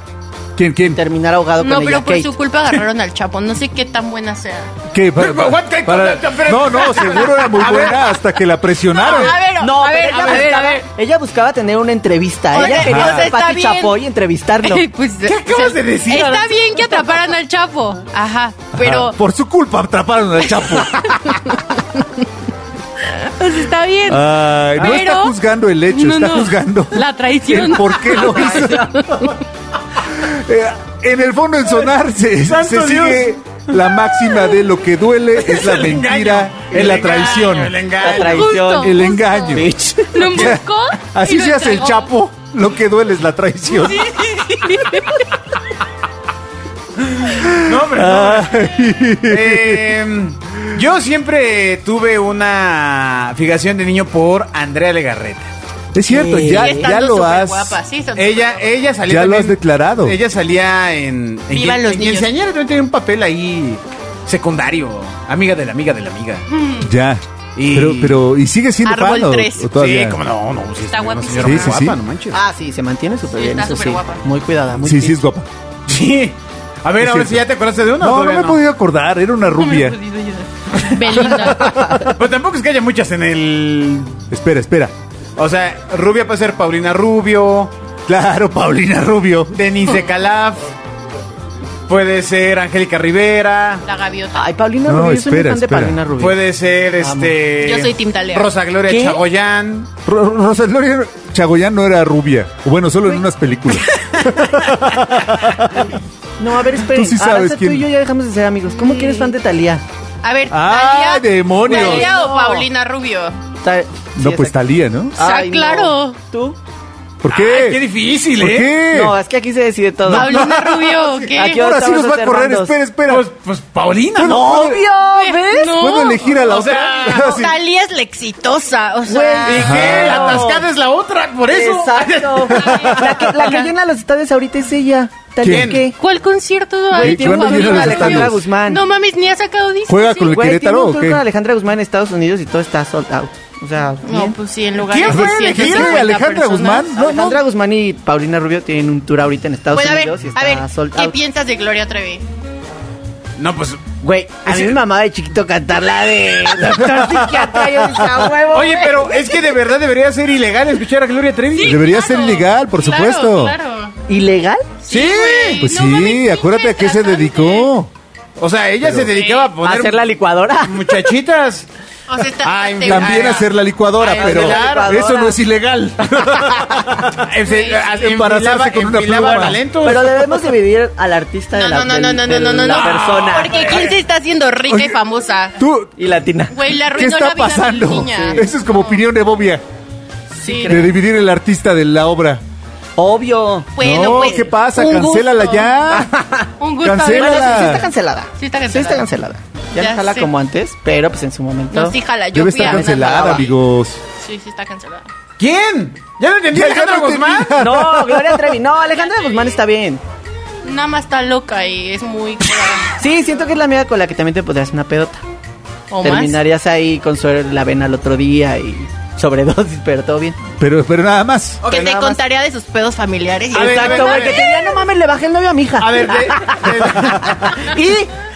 Speaker 3: ¿Quién,
Speaker 5: y
Speaker 3: quién?
Speaker 5: terminar ahogado
Speaker 4: No,
Speaker 5: con ella.
Speaker 4: pero por
Speaker 5: Kate.
Speaker 4: su culpa agarraron al Chapo. No sé qué tan buena sea.
Speaker 3: ¿Qué? Para- para-
Speaker 2: Juan Kate,
Speaker 3: para-
Speaker 2: espérate, espérate.
Speaker 3: no, no, seguro era muy buena hasta que la presionaron.
Speaker 4: A ver,
Speaker 5: No,
Speaker 4: a ver, a
Speaker 5: pero ella
Speaker 4: ver, a
Speaker 5: buscaba,
Speaker 4: ver.
Speaker 5: Ella buscaba tener una entrevista.
Speaker 4: Oye,
Speaker 5: ella
Speaker 4: o
Speaker 5: quería
Speaker 4: sea,
Speaker 5: a
Speaker 4: está
Speaker 5: Pati
Speaker 4: bien.
Speaker 5: Chapoy y entrevistarlo.
Speaker 4: Pues,
Speaker 2: ¿Qué acabas de decir?
Speaker 4: Está bien que atraparan al Chapo. Ajá. Pero
Speaker 3: Ah, Por su culpa atraparon al Chapo.
Speaker 4: pues, está bien.
Speaker 3: Ay, no está
Speaker 4: Pero-
Speaker 3: juzgando el Ah, hecho,
Speaker 4: No,
Speaker 3: está
Speaker 4: no.
Speaker 3: juzgando.
Speaker 4: La traición.
Speaker 3: el ¿Por qué lo hizo? Eh, en el fondo, en sonar se,
Speaker 2: santo
Speaker 3: se sigue la máxima de lo que duele es la
Speaker 2: El
Speaker 3: mentira,
Speaker 2: engaño,
Speaker 3: es la
Speaker 2: el
Speaker 3: traición.
Speaker 2: engaño, el engaño.
Speaker 5: La traición.
Speaker 4: Justo.
Speaker 3: El engaño.
Speaker 5: Bitch.
Speaker 4: Lo buscó. y
Speaker 3: Así
Speaker 4: lo
Speaker 3: se hace el
Speaker 4: entregó.
Speaker 3: chapo, lo que duele es la traición.
Speaker 2: No, hombre, no. Eh, yo siempre tuve una fijación de niño por Andrea Legarreta.
Speaker 3: Es cierto,
Speaker 5: Sí,
Speaker 3: ya,
Speaker 4: Sigue
Speaker 3: ya
Speaker 4: estando
Speaker 3: lo
Speaker 4: súper
Speaker 3: has.
Speaker 4: guapa, sí, está súper
Speaker 2: Ella,
Speaker 4: guapa.
Speaker 2: ella salía.
Speaker 3: Ya lo
Speaker 2: también-
Speaker 3: has declarado.
Speaker 2: Ella salía en. en
Speaker 4: Vivan
Speaker 2: Quien-
Speaker 4: los
Speaker 2: en
Speaker 4: niños.
Speaker 2: Quinceañera también tenía un papel ahí secundario. Amiga de la amiga de la amiga.
Speaker 3: Ya.
Speaker 2: Y-
Speaker 3: Pero, pero, ¿y sigue siendo
Speaker 4: Árbol
Speaker 3: fan o,
Speaker 4: tres.
Speaker 3: o todavía?
Speaker 2: Sí, como no, no. sí,
Speaker 4: Está
Speaker 2: una
Speaker 4: guapísima.
Speaker 2: señora
Speaker 3: Sí, sí,
Speaker 2: guapa,
Speaker 3: sí.
Speaker 2: no manches.
Speaker 5: Ah, sí, se mantiene súper
Speaker 4: Sí,
Speaker 5: bien.
Speaker 4: está
Speaker 5: eso sí.
Speaker 4: superguapa.
Speaker 5: Muy cuidada, muy
Speaker 3: sí,
Speaker 5: fit.
Speaker 3: sí, es guapa.
Speaker 2: Sí. A ver,
Speaker 3: Es
Speaker 2: ahora
Speaker 3: cierto.
Speaker 2: si ya te acordaste de uno.
Speaker 3: No, no,
Speaker 2: todavía
Speaker 3: me he podido acordar, era una
Speaker 4: No me he
Speaker 3: rubia.
Speaker 4: podido ayudar. Belinda.
Speaker 2: Pero tampoco es que haya muchas en el.
Speaker 3: Espera, espera.
Speaker 2: O sea, Rubia puede ser Paulina Rubio,
Speaker 3: Claro, Paulina Rubio.
Speaker 2: Denise Calaf, puede ser Angélica Rivera,
Speaker 4: La gaviota.
Speaker 5: Ay, Paulina
Speaker 3: No,
Speaker 5: Rubio, yo soy muy
Speaker 3: espera,
Speaker 5: fan de
Speaker 3: espera.
Speaker 5: Paulina Rubio.
Speaker 2: puede ser este.
Speaker 4: Yo soy Team Talía.
Speaker 2: Rosa Gloria
Speaker 5: ¿Qué?
Speaker 2: Chagoyán.
Speaker 3: Ro- Rosa Gloria Chagoyán no era rubia. O bueno, solo en unas películas.
Speaker 5: No, a ver, esperen.
Speaker 3: Tú sí
Speaker 5: Aranza,
Speaker 3: sabes quién-
Speaker 5: tú y yo ya dejamos de ser amigos. ¿Cómo que eres fan de Talía?
Speaker 4: A ver,
Speaker 3: ¡Ah,
Speaker 4: Thalía-
Speaker 3: demonios!
Speaker 4: Thalía o
Speaker 5: No.
Speaker 4: Paulina Rubio.
Speaker 5: Ta-
Speaker 3: No,
Speaker 5: sí,
Speaker 3: pues
Speaker 5: exacto.
Speaker 3: Talía, ¿no?
Speaker 4: Ah,
Speaker 5: Ay, no.
Speaker 4: claro.
Speaker 5: ¿Tú?
Speaker 3: ¿Por
Speaker 2: Ay, qué
Speaker 3: qué?
Speaker 2: difícil,
Speaker 3: ¿Por
Speaker 2: ¿eh?
Speaker 3: qué?
Speaker 5: No, es que aquí se decide todo.
Speaker 4: Paulina Rubio, ¿qué?
Speaker 5: Aquí
Speaker 3: Ahora
Speaker 5: ahorita
Speaker 3: sí nos
Speaker 5: vamos
Speaker 3: va
Speaker 5: a
Speaker 3: a
Speaker 5: hacer
Speaker 3: correr.
Speaker 5: bandos.
Speaker 3: Espera, espera.
Speaker 2: Pues, pues Paulina,
Speaker 3: Bueno,
Speaker 2: ¿no?
Speaker 3: puede-
Speaker 5: Obvio, ¿ves?
Speaker 4: No.
Speaker 3: Puedo elegir a la
Speaker 2: O
Speaker 3: otra. Ah,
Speaker 2: sea,
Speaker 3: Sí.
Speaker 4: Talía Ah, es la exitosa, o sea.
Speaker 2: ¿Y qué? La atascada es la otra, por eso.
Speaker 5: Exacto. la, que, la que llena los estadios ahorita es ella. Tal
Speaker 3: ¿Quién?
Speaker 5: que.
Speaker 4: ¿Cuál concierto de
Speaker 5: Güey,
Speaker 4: Ay,
Speaker 5: tiene
Speaker 4: Juan
Speaker 5: un amigo
Speaker 4: Gabriel?
Speaker 5: Alejandra Guzmán.
Speaker 4: No mames, ni ha sacado ¿eh? disco.
Speaker 3: Juega
Speaker 4: sí.
Speaker 3: con el
Speaker 5: Güey, tiene
Speaker 3: Querétaro
Speaker 5: un
Speaker 3: o
Speaker 5: tour
Speaker 3: qué?
Speaker 5: con Alejandra Guzmán en Estados Unidos y todo está sold out. O sea,
Speaker 4: No,
Speaker 5: bien.
Speaker 4: pues sí, en lugar
Speaker 2: ¿Quién
Speaker 4: de
Speaker 2: fue
Speaker 4: 250
Speaker 2: elegida?
Speaker 3: Alejandra Guzmán.
Speaker 4: personas.
Speaker 3: No, no.
Speaker 5: Alejandra Guzmán y Paulina Rubio tienen un tour ahorita en Estados
Speaker 4: Bueno, Pues, a ver,
Speaker 5: Unidos y está
Speaker 4: a ver,
Speaker 5: sold
Speaker 4: ¿qué
Speaker 5: out.
Speaker 4: piensas de Gloria Trevi?
Speaker 2: No, pues.
Speaker 5: Güey, a mí
Speaker 2: Ese-
Speaker 5: mi mamá de chiquito cantar la de Doctor Psiquiatra y un huevo.
Speaker 2: Oye, pero es que de verdad debería ser ilegal escuchar a Gloria Trevi.
Speaker 3: Sí. Debería ser ilegal, por
Speaker 4: claro,
Speaker 3: supuesto.
Speaker 4: Claro.
Speaker 5: ¿Ilegal?
Speaker 2: Sí.
Speaker 4: güey,
Speaker 3: Pues
Speaker 4: no mames,
Speaker 3: sí,
Speaker 4: qué
Speaker 3: acuérdate a qué se
Speaker 4: interesante.
Speaker 3: dedicó.
Speaker 2: O sea, ella se dedicaba a
Speaker 5: ¿A
Speaker 2: poner
Speaker 5: hacer la licuadora?
Speaker 2: muchachitas.
Speaker 4: O sea, está,
Speaker 2: Ay,
Speaker 4: te-
Speaker 3: También
Speaker 2: ah,
Speaker 3: hacer la licuadora,
Speaker 2: ah,
Speaker 3: pero
Speaker 2: hacer la
Speaker 5: licuadora.
Speaker 3: eso no es ilegal.
Speaker 2: Se- a-
Speaker 3: Embarazarse
Speaker 2: enfilaba-
Speaker 3: con una
Speaker 2: enfilaba
Speaker 3: pluma.
Speaker 2: talentos.
Speaker 5: Pero debemos dividir al artista de
Speaker 4: No,
Speaker 5: la,
Speaker 4: no, no,
Speaker 5: del-
Speaker 4: no, no, no,
Speaker 5: de
Speaker 4: no, no,
Speaker 5: la
Speaker 4: no.
Speaker 5: persona.
Speaker 4: Porque ¿quién se está haciendo rica y famosa?
Speaker 3: Tú,
Speaker 5: Y latina.
Speaker 4: Güey, la
Speaker 3: ¿qué
Speaker 4: arruinó
Speaker 3: está
Speaker 4: la vida a mi
Speaker 3: pasando?
Speaker 4: niña.
Speaker 3: Eso es como opinión de Bobia,
Speaker 4: Sí.
Speaker 3: de dividir el artista de la obra.
Speaker 5: Obvio.
Speaker 4: Bueno,
Speaker 3: no,
Speaker 4: pues,
Speaker 3: ¿qué pasa?
Speaker 4: un
Speaker 3: Cancélala
Speaker 4: gusto.
Speaker 3: ya.
Speaker 4: Un gusto
Speaker 3: Cancélala.
Speaker 4: haber-
Speaker 5: Bueno, sí, sí está cancelada.
Speaker 4: Sí está cancelada.
Speaker 5: Sí está cancelada. Ya,
Speaker 4: Ya
Speaker 5: no jala
Speaker 4: sé.
Speaker 5: como antes, pero pues en su momento.
Speaker 4: No, sí, jala. Yo
Speaker 3: Debe
Speaker 4: fui
Speaker 3: estar
Speaker 4: a-
Speaker 3: cancelada, amigos.
Speaker 4: Sí, sí está cancelada.
Speaker 2: ¿Quién? ¿Ya lo entendí,
Speaker 3: Ya,
Speaker 2: Alejandro
Speaker 3: ya lo entendí.
Speaker 2: Guzmán?
Speaker 5: No, Gloria Trevi. No, Alejandra Guzmán está bien.
Speaker 4: Nada más está loca y es muy... clara.
Speaker 5: Sí, siento que es la amiga con la que también te podrías una pedota.
Speaker 4: o más.
Speaker 5: Terminarías ahí con suero en la vena el otro día y sobredosis, pero todo bien.
Speaker 3: Pero, pero nada más. Ah.
Speaker 4: Que te
Speaker 5: Ok, nada más.
Speaker 4: contaría de sus pedos familiares.
Speaker 2: A ver,
Speaker 5: Exacto,
Speaker 2: a
Speaker 5: güey,
Speaker 2: ver,
Speaker 5: que
Speaker 2: a
Speaker 5: te diría, no mames, le bajé el novio a mi hija.
Speaker 2: A ver, de, de-
Speaker 5: Y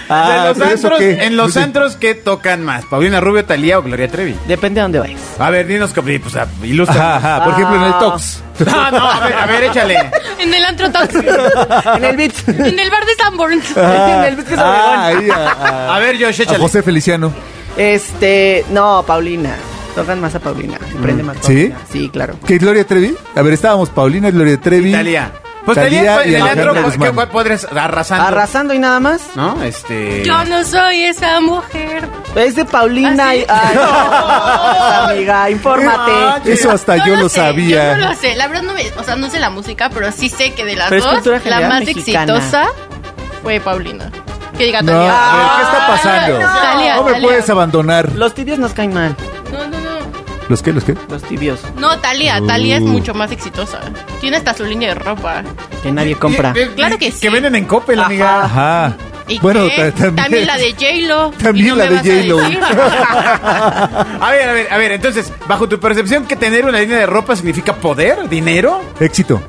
Speaker 3: Ah,
Speaker 2: de los
Speaker 3: ¿pero eso
Speaker 2: antros,
Speaker 3: qué?
Speaker 2: en los
Speaker 3: Sí.
Speaker 2: antros, ¿qué tocan más? ¿Paulina Rubio, Talía o Gloria Trevi?
Speaker 5: depende de dónde vayas.
Speaker 2: A ver, dinos, que- pues, a- ilustra.
Speaker 3: Ajá, ajá, Por ejemplo, en el
Speaker 5: Ah.
Speaker 3: Tox.
Speaker 2: No, no, a ver, a ver, échale.
Speaker 4: En el antro tóxico.
Speaker 5: En el beat.
Speaker 4: en el bar de Sanborns.
Speaker 3: Ah,
Speaker 5: el Vizca
Speaker 3: ah,
Speaker 5: Obregón.
Speaker 3: ahí, a,
Speaker 2: A ver, Josh,
Speaker 3: a
Speaker 2: échale.
Speaker 3: José Feliciano.
Speaker 5: Este, no, Paulina. Tocan más a Paulina. Prende más
Speaker 3: Mm. ¿Sí?
Speaker 5: Paulina. Sí, claro.
Speaker 3: ¿Qué Gloria Trevi? A ver, estábamos Paulina, Gloria Trevi.
Speaker 2: Talía. Pues
Speaker 3: Thalía
Speaker 2: Talía,
Speaker 3: y
Speaker 2: en el
Speaker 3: Alejandra
Speaker 2: antro, pues, ¿qué-
Speaker 3: Guzmán.
Speaker 2: ¿cuál podrías? Arrasando.
Speaker 5: Arrasando y nada más.
Speaker 2: ¿No? Este.
Speaker 4: Yo no soy esa mujer.
Speaker 5: Es de Paulina
Speaker 4: ¿Ah, sí? Ah,
Speaker 5: y. Ay, no, amiga, infórmate.
Speaker 2: No,
Speaker 3: Ah, Eso hasta
Speaker 4: No
Speaker 3: yo lo
Speaker 4: sé,
Speaker 3: sabía.
Speaker 4: Yo no lo sé. La verdad no me, o sea, no sé la música, pero sí sé que de las
Speaker 5: Pero es
Speaker 4: dos,
Speaker 5: cultura
Speaker 4: la
Speaker 5: general
Speaker 4: más
Speaker 5: mexicana.
Speaker 4: exitosa fue Paulina. Que diga Ah,
Speaker 3: No,
Speaker 4: Talía.
Speaker 3: a ver, ¿qué está pasando?
Speaker 4: Talía,
Speaker 3: no me
Speaker 4: Talía.
Speaker 3: puedes abandonar.
Speaker 5: Los tibios nos caen mal.
Speaker 4: No, no, no.
Speaker 3: ¿Los qué? ¿Los qué?
Speaker 5: Los tibios.
Speaker 4: No, Talía, Talía es
Speaker 3: Uh.
Speaker 4: mucho más exitosa. Tiene hasta su línea de ropa.
Speaker 5: Que nadie compra.
Speaker 2: Eh, eh,
Speaker 4: Claro que sí.
Speaker 2: Que venden en Coppel, amiga.
Speaker 3: Ajá.
Speaker 4: ¿Y
Speaker 3: Bueno,
Speaker 4: qué?
Speaker 3: ta- también.
Speaker 4: la de J-Lo.
Speaker 3: También
Speaker 4: ¿Y no
Speaker 3: la
Speaker 4: me
Speaker 3: de J-Lo.
Speaker 4: vas a decir?
Speaker 2: A ver, a ver, a ver. Entonces, bajo tu percepción, que tener una línea de ropa significa poder, dinero.
Speaker 3: Éxito.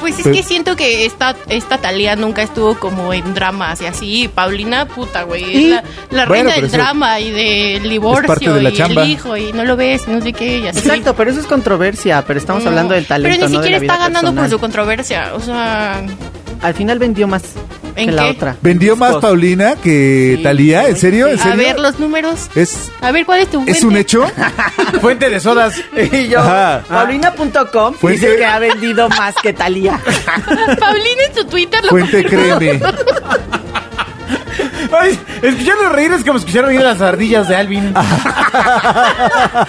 Speaker 4: pues es
Speaker 3: Pero-
Speaker 4: que siento que esta, esta Talía nunca estuvo como en dramas y así. Y Paulina, puta, güey.
Speaker 5: Y-
Speaker 4: Es la, la
Speaker 3: Bueno,
Speaker 4: reina
Speaker 3: pero
Speaker 4: del
Speaker 3: eso
Speaker 4: drama y del
Speaker 3: es parte
Speaker 4: divorcio
Speaker 3: de la
Speaker 4: y
Speaker 3: chamba.
Speaker 4: el hijo y no lo ves y no sé qué y así.
Speaker 5: Exacto, pero eso es controversia. Pero estamos
Speaker 4: No,
Speaker 5: hablando del talento.
Speaker 4: Pero ni
Speaker 5: no de
Speaker 4: siquiera
Speaker 5: la vida
Speaker 4: está ganando por su
Speaker 5: personal.
Speaker 4: controversia. O sea,
Speaker 5: Al final vendió más
Speaker 4: ¿En
Speaker 5: que la
Speaker 4: qué?
Speaker 5: otra.
Speaker 3: ¿Vendió más
Speaker 5: Discos.
Speaker 3: Paulina que
Speaker 5: Sí,
Speaker 3: Talía? ¿En
Speaker 5: sí,
Speaker 3: serio?
Speaker 5: sí.
Speaker 3: ¿En
Speaker 4: a
Speaker 3: serio?
Speaker 4: ver los números.
Speaker 3: ¿Es,
Speaker 4: A ver, ¿cuál es tu
Speaker 3: ¿Es
Speaker 4: fuente?
Speaker 3: un hecho?
Speaker 2: Fuente de sodas.
Speaker 5: Y yo,
Speaker 3: Ajá.
Speaker 5: paulina.com
Speaker 3: Fue
Speaker 5: dice
Speaker 3: que-
Speaker 5: que ha vendido más que Talía.
Speaker 4: Paulina en su Twitter lo
Speaker 3: Fuente, créeme.
Speaker 2: Ay, escucharlo reír es como escuchar reír las ardillas de Alvin.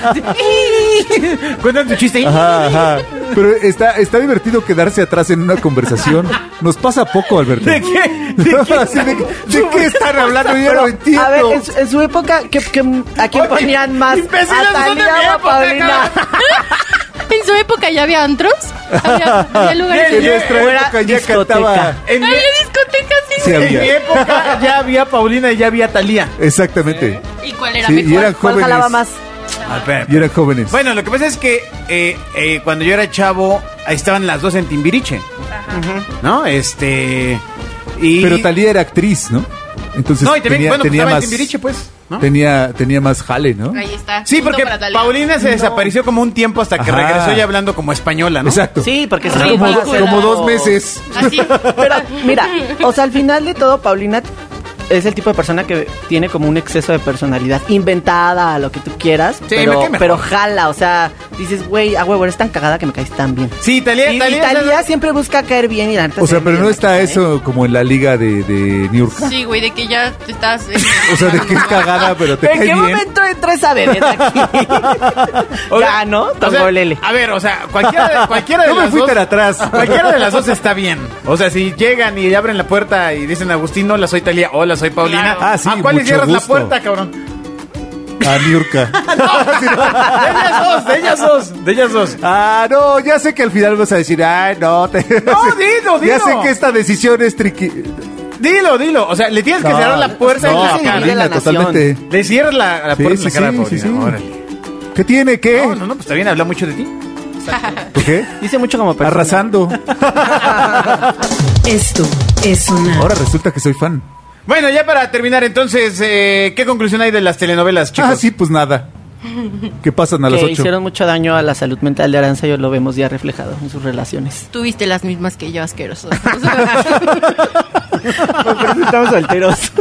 Speaker 2: Cuentan tu chiste.
Speaker 3: Ajá, ajá. Pero está, está divertido quedarse atrás en una conversación. Nos pasa poco, Alberto.
Speaker 2: ¿De qué? ¿De qué?
Speaker 3: Así de que- ¿de qué están hablando? Yo no entiendo.
Speaker 5: a ver, en su, en su época, ¿qué- qué- ¿a quién
Speaker 2: Oye,
Speaker 5: ponían más?
Speaker 2: imbéciles,
Speaker 5: ¿A
Speaker 2: son de mi
Speaker 5: Talía o a
Speaker 2: época,
Speaker 5: Paulina?
Speaker 4: En su época ya había antros. Había, había lugares.
Speaker 3: en
Speaker 2: Bien,
Speaker 4: de-
Speaker 3: nuestra
Speaker 5: Era
Speaker 3: época ya
Speaker 5: discoteca.
Speaker 3: cantaba.
Speaker 2: En mi,
Speaker 4: Había discotecas. Sí,
Speaker 3: Sí,
Speaker 4: güey.
Speaker 2: en mi
Speaker 3: había.
Speaker 2: época ya había Paulina y ya había Talía.
Speaker 3: Exactamente.
Speaker 4: ¿Y cuál era
Speaker 3: Sí, y
Speaker 4: mejor?
Speaker 3: eran
Speaker 5: ¿Cuál
Speaker 3: jóvenes.
Speaker 5: jalaba más?
Speaker 3: Y eran jóvenes.
Speaker 2: Bueno, lo que pasa es que eh, eh, cuando yo era chavo, ahí estaban las dos en Timbiriche. ¿No? Este. Y,
Speaker 3: Pero Talía era actriz, ¿no? Entonces
Speaker 2: No, y también,
Speaker 3: tenía,
Speaker 2: bueno, pues,
Speaker 3: tenía
Speaker 2: estaba en
Speaker 3: más.
Speaker 2: Timbiriche, pues. ¿no?
Speaker 3: Tenía, tenía más jale, ¿no?
Speaker 4: Ahí está.
Speaker 2: Sí,
Speaker 4: Ah, punto
Speaker 2: porque
Speaker 4: para Talía.
Speaker 2: Paulina se desapareció como un tiempo hasta que
Speaker 3: Ajá.
Speaker 2: regresó ya hablando como española, ¿no?
Speaker 3: Exacto.
Speaker 5: Sí, porque
Speaker 4: Sí,
Speaker 5: se
Speaker 3: como,
Speaker 5: iba a hacer
Speaker 3: como
Speaker 5: algo-
Speaker 3: dos meses.
Speaker 4: Así.
Speaker 5: Pero mira, o sea, al final de todo, Paulina es el tipo de persona que tiene como un exceso de personalidad inventada, lo que tú quieras,
Speaker 2: me
Speaker 5: pero,
Speaker 2: cae mejor.
Speaker 5: pero jala, o sea, dices, güey, a huevo, eres tan cagada que me caes tan bien.
Speaker 2: Sí, Talía,
Speaker 5: Y, y
Speaker 2: Talía,
Speaker 5: Thalía siempre busca caer bien y la neta
Speaker 3: O
Speaker 5: se
Speaker 3: sea,
Speaker 5: ve
Speaker 3: pero
Speaker 5: bien
Speaker 3: no
Speaker 5: la
Speaker 3: está
Speaker 5: cara, ¿eh?
Speaker 3: eso como en la liga de, de New York.
Speaker 4: Sí, güey, de que ya te estás. eh,
Speaker 3: O sea, de que es cagada, pero te
Speaker 5: ¿En
Speaker 3: cae
Speaker 5: qué
Speaker 3: bien.
Speaker 5: momento entró esa vedeta aquí?
Speaker 2: O sea,
Speaker 5: ya, ¿no?
Speaker 2: o sea,
Speaker 5: Tongolele.
Speaker 2: a ver, o sea, cualquiera de, cualquiera de
Speaker 3: No me
Speaker 2: las
Speaker 3: fui
Speaker 2: dos,
Speaker 3: tan atrás.
Speaker 2: cualquiera de las dos está bien. O sea, si llegan y abren la puerta y dicen Agustín, hola soy Talía, hola soy Paulina,
Speaker 4: Claro.
Speaker 3: Ah, sí,
Speaker 2: ¿a cuál le
Speaker 3: mucho
Speaker 2: cierras la
Speaker 3: gusto.
Speaker 2: puerta, cabrón?
Speaker 3: A Ah, Niurka.
Speaker 2: De ellas dos, de ellas dos, de ellas dos.
Speaker 3: Ah, no, ya sé que al final vas a decir, ay, no, te...
Speaker 2: No, dilo,
Speaker 3: Ya
Speaker 2: dilo.
Speaker 3: sé que esta decisión es triqui.
Speaker 2: Dilo, dilo. O sea, le tienes que
Speaker 3: No,
Speaker 2: cerrar la puerta
Speaker 3: no,
Speaker 2: en la
Speaker 3: a
Speaker 2: cara.
Speaker 5: Paulina.
Speaker 3: Paulina,
Speaker 5: la nación.
Speaker 3: totalmente.
Speaker 2: Le cierras la, la
Speaker 3: Sí,
Speaker 2: puerta
Speaker 3: sí,
Speaker 2: en la cara
Speaker 3: sí,
Speaker 2: a Paulina.
Speaker 3: sí, Eh. sí.
Speaker 2: Órale.
Speaker 3: ¿Qué tiene? ¿Qué?
Speaker 2: No, no, no, pues está bien, habla mucho de ti.
Speaker 3: ¿Por qué?
Speaker 5: Dice mucho como persona.
Speaker 3: Arrasando.
Speaker 1: Esto es sonar.
Speaker 3: Ahora resulta que soy fan. Ah,
Speaker 2: Bueno, ya para terminar, entonces, eh, ¿qué conclusión hay de las telenovelas, chicos?
Speaker 3: Ah, sí, pues nada. ¿Qué pasan a las
Speaker 5: Que
Speaker 3: 8?
Speaker 5: hicieron mucho daño a la salud mental de Aranza y lo vemos ya reflejado en sus relaciones.
Speaker 4: Tuviste las mismas que yo, asqueroso.
Speaker 5: Estamos solteros.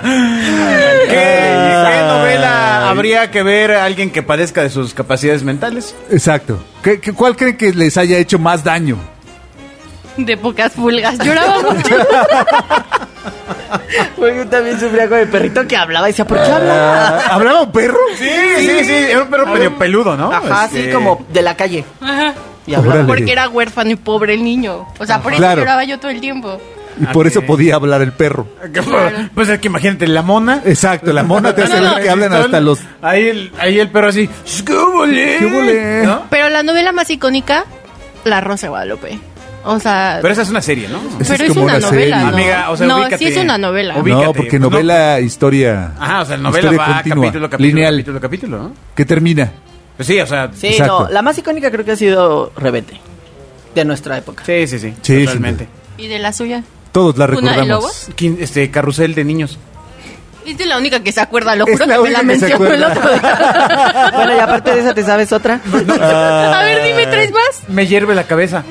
Speaker 2: ¿Qué, qué
Speaker 3: Ah.
Speaker 2: novela habría que ver a alguien que padezca de sus capacidades mentales?
Speaker 3: Exacto. ¿Qué, qué, cuál creen que les haya hecho más daño?
Speaker 4: de pocas pulgas. Lloraba mucho.
Speaker 5: yo también sufría con el perrito que hablaba y decía, ¿por qué hablaba?
Speaker 3: Ah, ¿Hablaba un perro?
Speaker 2: Sí, sí, sí. Era un perro
Speaker 3: Ah,
Speaker 2: medio peludo, ¿no?
Speaker 5: Ajá, así
Speaker 2: Este,
Speaker 5: como de la calle. Y
Speaker 3: pues Órale.
Speaker 5: hablaba.
Speaker 4: Porque era huérfano y pobre el niño. O sea, por eso
Speaker 3: Claro.
Speaker 4: lloraba yo todo el tiempo.
Speaker 3: Y por
Speaker 2: Ok.
Speaker 3: eso podía hablar el perro.
Speaker 2: que fue- Pues es que imagínate, la mona.
Speaker 3: Exacto, la mona te hace
Speaker 2: No, no,
Speaker 3: ver que hablan
Speaker 2: están-
Speaker 3: hasta los...
Speaker 2: Ahí el, ahí el perro así. ¿Qué
Speaker 3: ¿Qué hubo,
Speaker 2: huele? ¿No?
Speaker 4: Pero la novela más icónica, La Rosa de Guadalupe. O sea,
Speaker 2: Pero esa es una serie, ¿no?
Speaker 3: Esa
Speaker 4: pero
Speaker 3: es
Speaker 4: es,
Speaker 3: como
Speaker 4: una,
Speaker 3: una
Speaker 4: novela,
Speaker 3: serie.
Speaker 4: ¿no?
Speaker 2: Amiga, o sea,
Speaker 4: no,
Speaker 2: ubícate.
Speaker 4: sí es una novela.
Speaker 2: Ubi- ubícate,
Speaker 3: no, porque
Speaker 2: pues, no.
Speaker 3: novela, historia...
Speaker 2: Ajá, o sea, la novela
Speaker 3: historia
Speaker 2: va
Speaker 3: continua,
Speaker 2: capítulo, capítulo,
Speaker 3: lineal,
Speaker 2: capítulo, capítulo, ¿no?
Speaker 3: que termina.
Speaker 2: Pues sí, o sea.
Speaker 5: Sí,
Speaker 3: Exacto.
Speaker 5: no, la más icónica creo que ha sido Rebete, de nuestra época.
Speaker 2: Sí, sí, sí.
Speaker 3: Sí,
Speaker 2: totalmente.
Speaker 4: ¿Y de la suya?
Speaker 3: Todos la
Speaker 4: ¿Una de
Speaker 3: recordamos.
Speaker 4: lobos?
Speaker 2: Quin- Este, carrusel de niños.
Speaker 4: Es de la única que se acuerda, lo
Speaker 3: Es
Speaker 4: juro
Speaker 3: la
Speaker 4: que me la
Speaker 3: única que se
Speaker 4: mencionó el
Speaker 3: acuerda.
Speaker 4: otro día.
Speaker 5: Bueno, y aparte de esa, ¿te sabes otra?
Speaker 4: A ver, dime tres más.
Speaker 2: Me hierve la cabeza.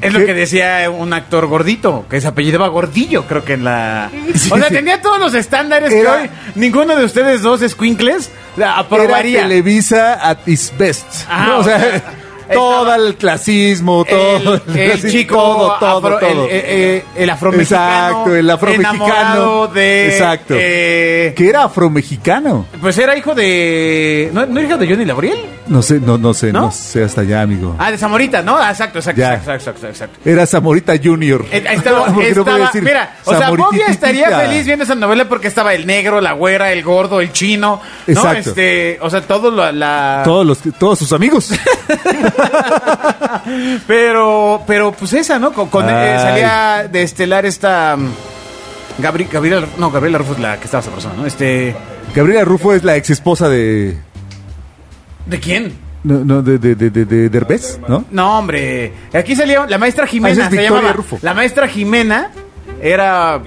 Speaker 2: Es lo
Speaker 3: ¿Qué?
Speaker 2: que decía un actor gordito, que se apellidaba Gordillo, creo que en la...
Speaker 3: Sí,
Speaker 2: o sea,
Speaker 3: sí.
Speaker 2: tenía todos los estándares
Speaker 3: Era-
Speaker 2: que hoy ninguno de ustedes dos escuincles la aprobaría.
Speaker 3: Era Televisa at its best.
Speaker 2: Ah,
Speaker 3: ¿no? O
Speaker 2: o
Speaker 3: sea,
Speaker 2: sea,
Speaker 3: todo
Speaker 2: estaba-
Speaker 3: el clasismo, todo
Speaker 2: el, el
Speaker 3: clasismo,
Speaker 2: chico
Speaker 3: todo, todo,
Speaker 2: afro-
Speaker 3: todo.
Speaker 2: El, eh, eh, el afromexicano
Speaker 3: Exacto, el afromexicano.
Speaker 2: enamorado de
Speaker 3: Exacto.
Speaker 2: eh,
Speaker 3: que era afromexicano.
Speaker 2: pues era hijo de no, no era hijo de Johnny Labriel
Speaker 3: No sé, no, no sé, no,
Speaker 2: ¿No?
Speaker 3: sé hasta allá, amigo.
Speaker 2: ah de Zamorita no Ah, exacto exacto
Speaker 3: Ya.
Speaker 2: exacto exacto, exacto, exacto.
Speaker 3: Era Zamorita Junior.
Speaker 2: Eh, Estaba,
Speaker 3: Porque no podía
Speaker 2: estaba-
Speaker 3: decir
Speaker 2: mira, o sea, Bobia
Speaker 3: Zamorititita.
Speaker 2: estaría feliz viendo esa novela porque estaba el negro, la güera, el gordo, el chino, ¿no?
Speaker 3: Exacto.
Speaker 2: Este, o sea, todo la, la-
Speaker 3: Todos, los, todos sus amigos.
Speaker 2: Pero, pero pues esa, ¿no? Con, con- eh,
Speaker 3: Ay.
Speaker 2: salía de estelar esta... mm, Gabri- Gabriela, no, Gabriela Rufus, la que estaba esa persona, ¿no? Este...
Speaker 3: Gabriela Rufo es la ex esposa de.
Speaker 2: ¿De quién?
Speaker 3: No, no, de, de, de, de, de Derbez, ¿no?
Speaker 2: No, hombre. Aquí salía la maestra
Speaker 3: Ah,
Speaker 2: Jimena.
Speaker 3: esa es
Speaker 2: se
Speaker 3: Victoria
Speaker 2: llamaba.
Speaker 3: Rufo.
Speaker 2: La maestra Jimena era.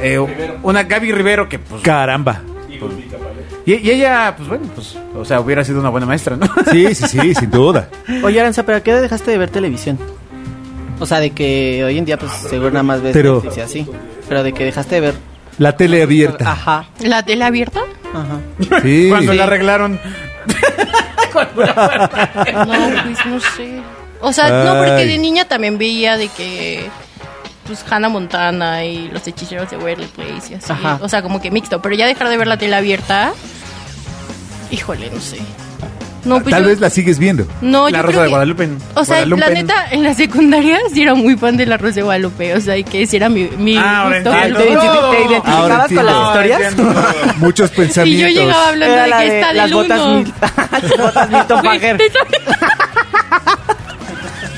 Speaker 2: eh, una Gaby Rivero que, pues.
Speaker 3: Caramba.
Speaker 2: y, y ella, pues bueno, pues. O sea, hubiera sido una buena maestra, ¿no?
Speaker 3: Sí, sí, sí, sin duda.
Speaker 5: Oye, Aranza, ¿pero a qué edad dejaste de ver televisión? O sea, de que hoy en día, pues, seguro nada más ves
Speaker 3: Pero-
Speaker 5: Netflix y así. Pero de que dejaste de ver.
Speaker 3: La tele abierta.
Speaker 5: Ajá,
Speaker 4: ¿La tele abierta?
Speaker 5: ajá.
Speaker 4: ah,
Speaker 3: Sí.
Speaker 2: Cuando la arreglaron.
Speaker 4: No, pues no sé. O sea, no,
Speaker 3: Ay.
Speaker 4: porque de niña también veía de que. Pues Hannah Montana y los hechiceros de Waverly Place y así.
Speaker 5: Ajá.
Speaker 4: O sea, como que mixto. Pero ya dejar de ver la tele abierta. Híjole, no sé. No, pues
Speaker 3: Tal
Speaker 4: yo-
Speaker 3: vez la sigues viendo.
Speaker 4: No,
Speaker 2: La
Speaker 4: yo
Speaker 2: Rosa
Speaker 4: creo
Speaker 2: de
Speaker 4: que-
Speaker 2: Guadalupe.
Speaker 4: O sea,
Speaker 2: Guadalupe.
Speaker 4: la neta, en la secundaria sí era muy fan de la Rosa de Guadalupe. O sea, y que ese era mi, mi
Speaker 2: Ah, ahora
Speaker 4: gusto.
Speaker 2: entiendo.
Speaker 5: ¿Te, identifi-
Speaker 2: Todo.
Speaker 5: te identificabas
Speaker 3: Ahora
Speaker 5: con las
Speaker 3: entiendo.
Speaker 5: historias?
Speaker 3: Muchos
Speaker 4: Y yo
Speaker 3: pensamientos.
Speaker 4: llegaba hablando
Speaker 5: Era
Speaker 4: de
Speaker 5: la
Speaker 4: que
Speaker 5: de
Speaker 4: está
Speaker 5: las
Speaker 4: del
Speaker 5: botas,
Speaker 4: uno.
Speaker 5: mil- las botas Milton Fager.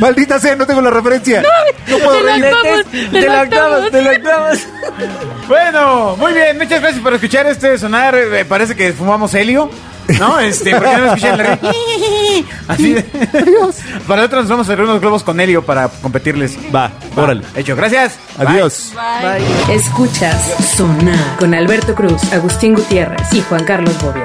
Speaker 3: Maldita sea, no tengo la referencia. No, puedo
Speaker 4: De la
Speaker 3: reír.
Speaker 4: octavos, de la octavos.
Speaker 5: te lo clavas.
Speaker 2: Bueno, muy bien. Muchas gracias por escuchar este sonar. Eh, parece que fumamos helio. ¿No? Este, ¿por qué no escuchan la Así de- Para otros nos vamos a hacer unos globos con helio para competirles.
Speaker 3: Va, órale.
Speaker 2: Hecho, gracias. Bye.
Speaker 3: Adiós.
Speaker 1: Escuchas Sonar con Alberto Cruz, Agustín Gutiérrez y Juan Carlos Bobia.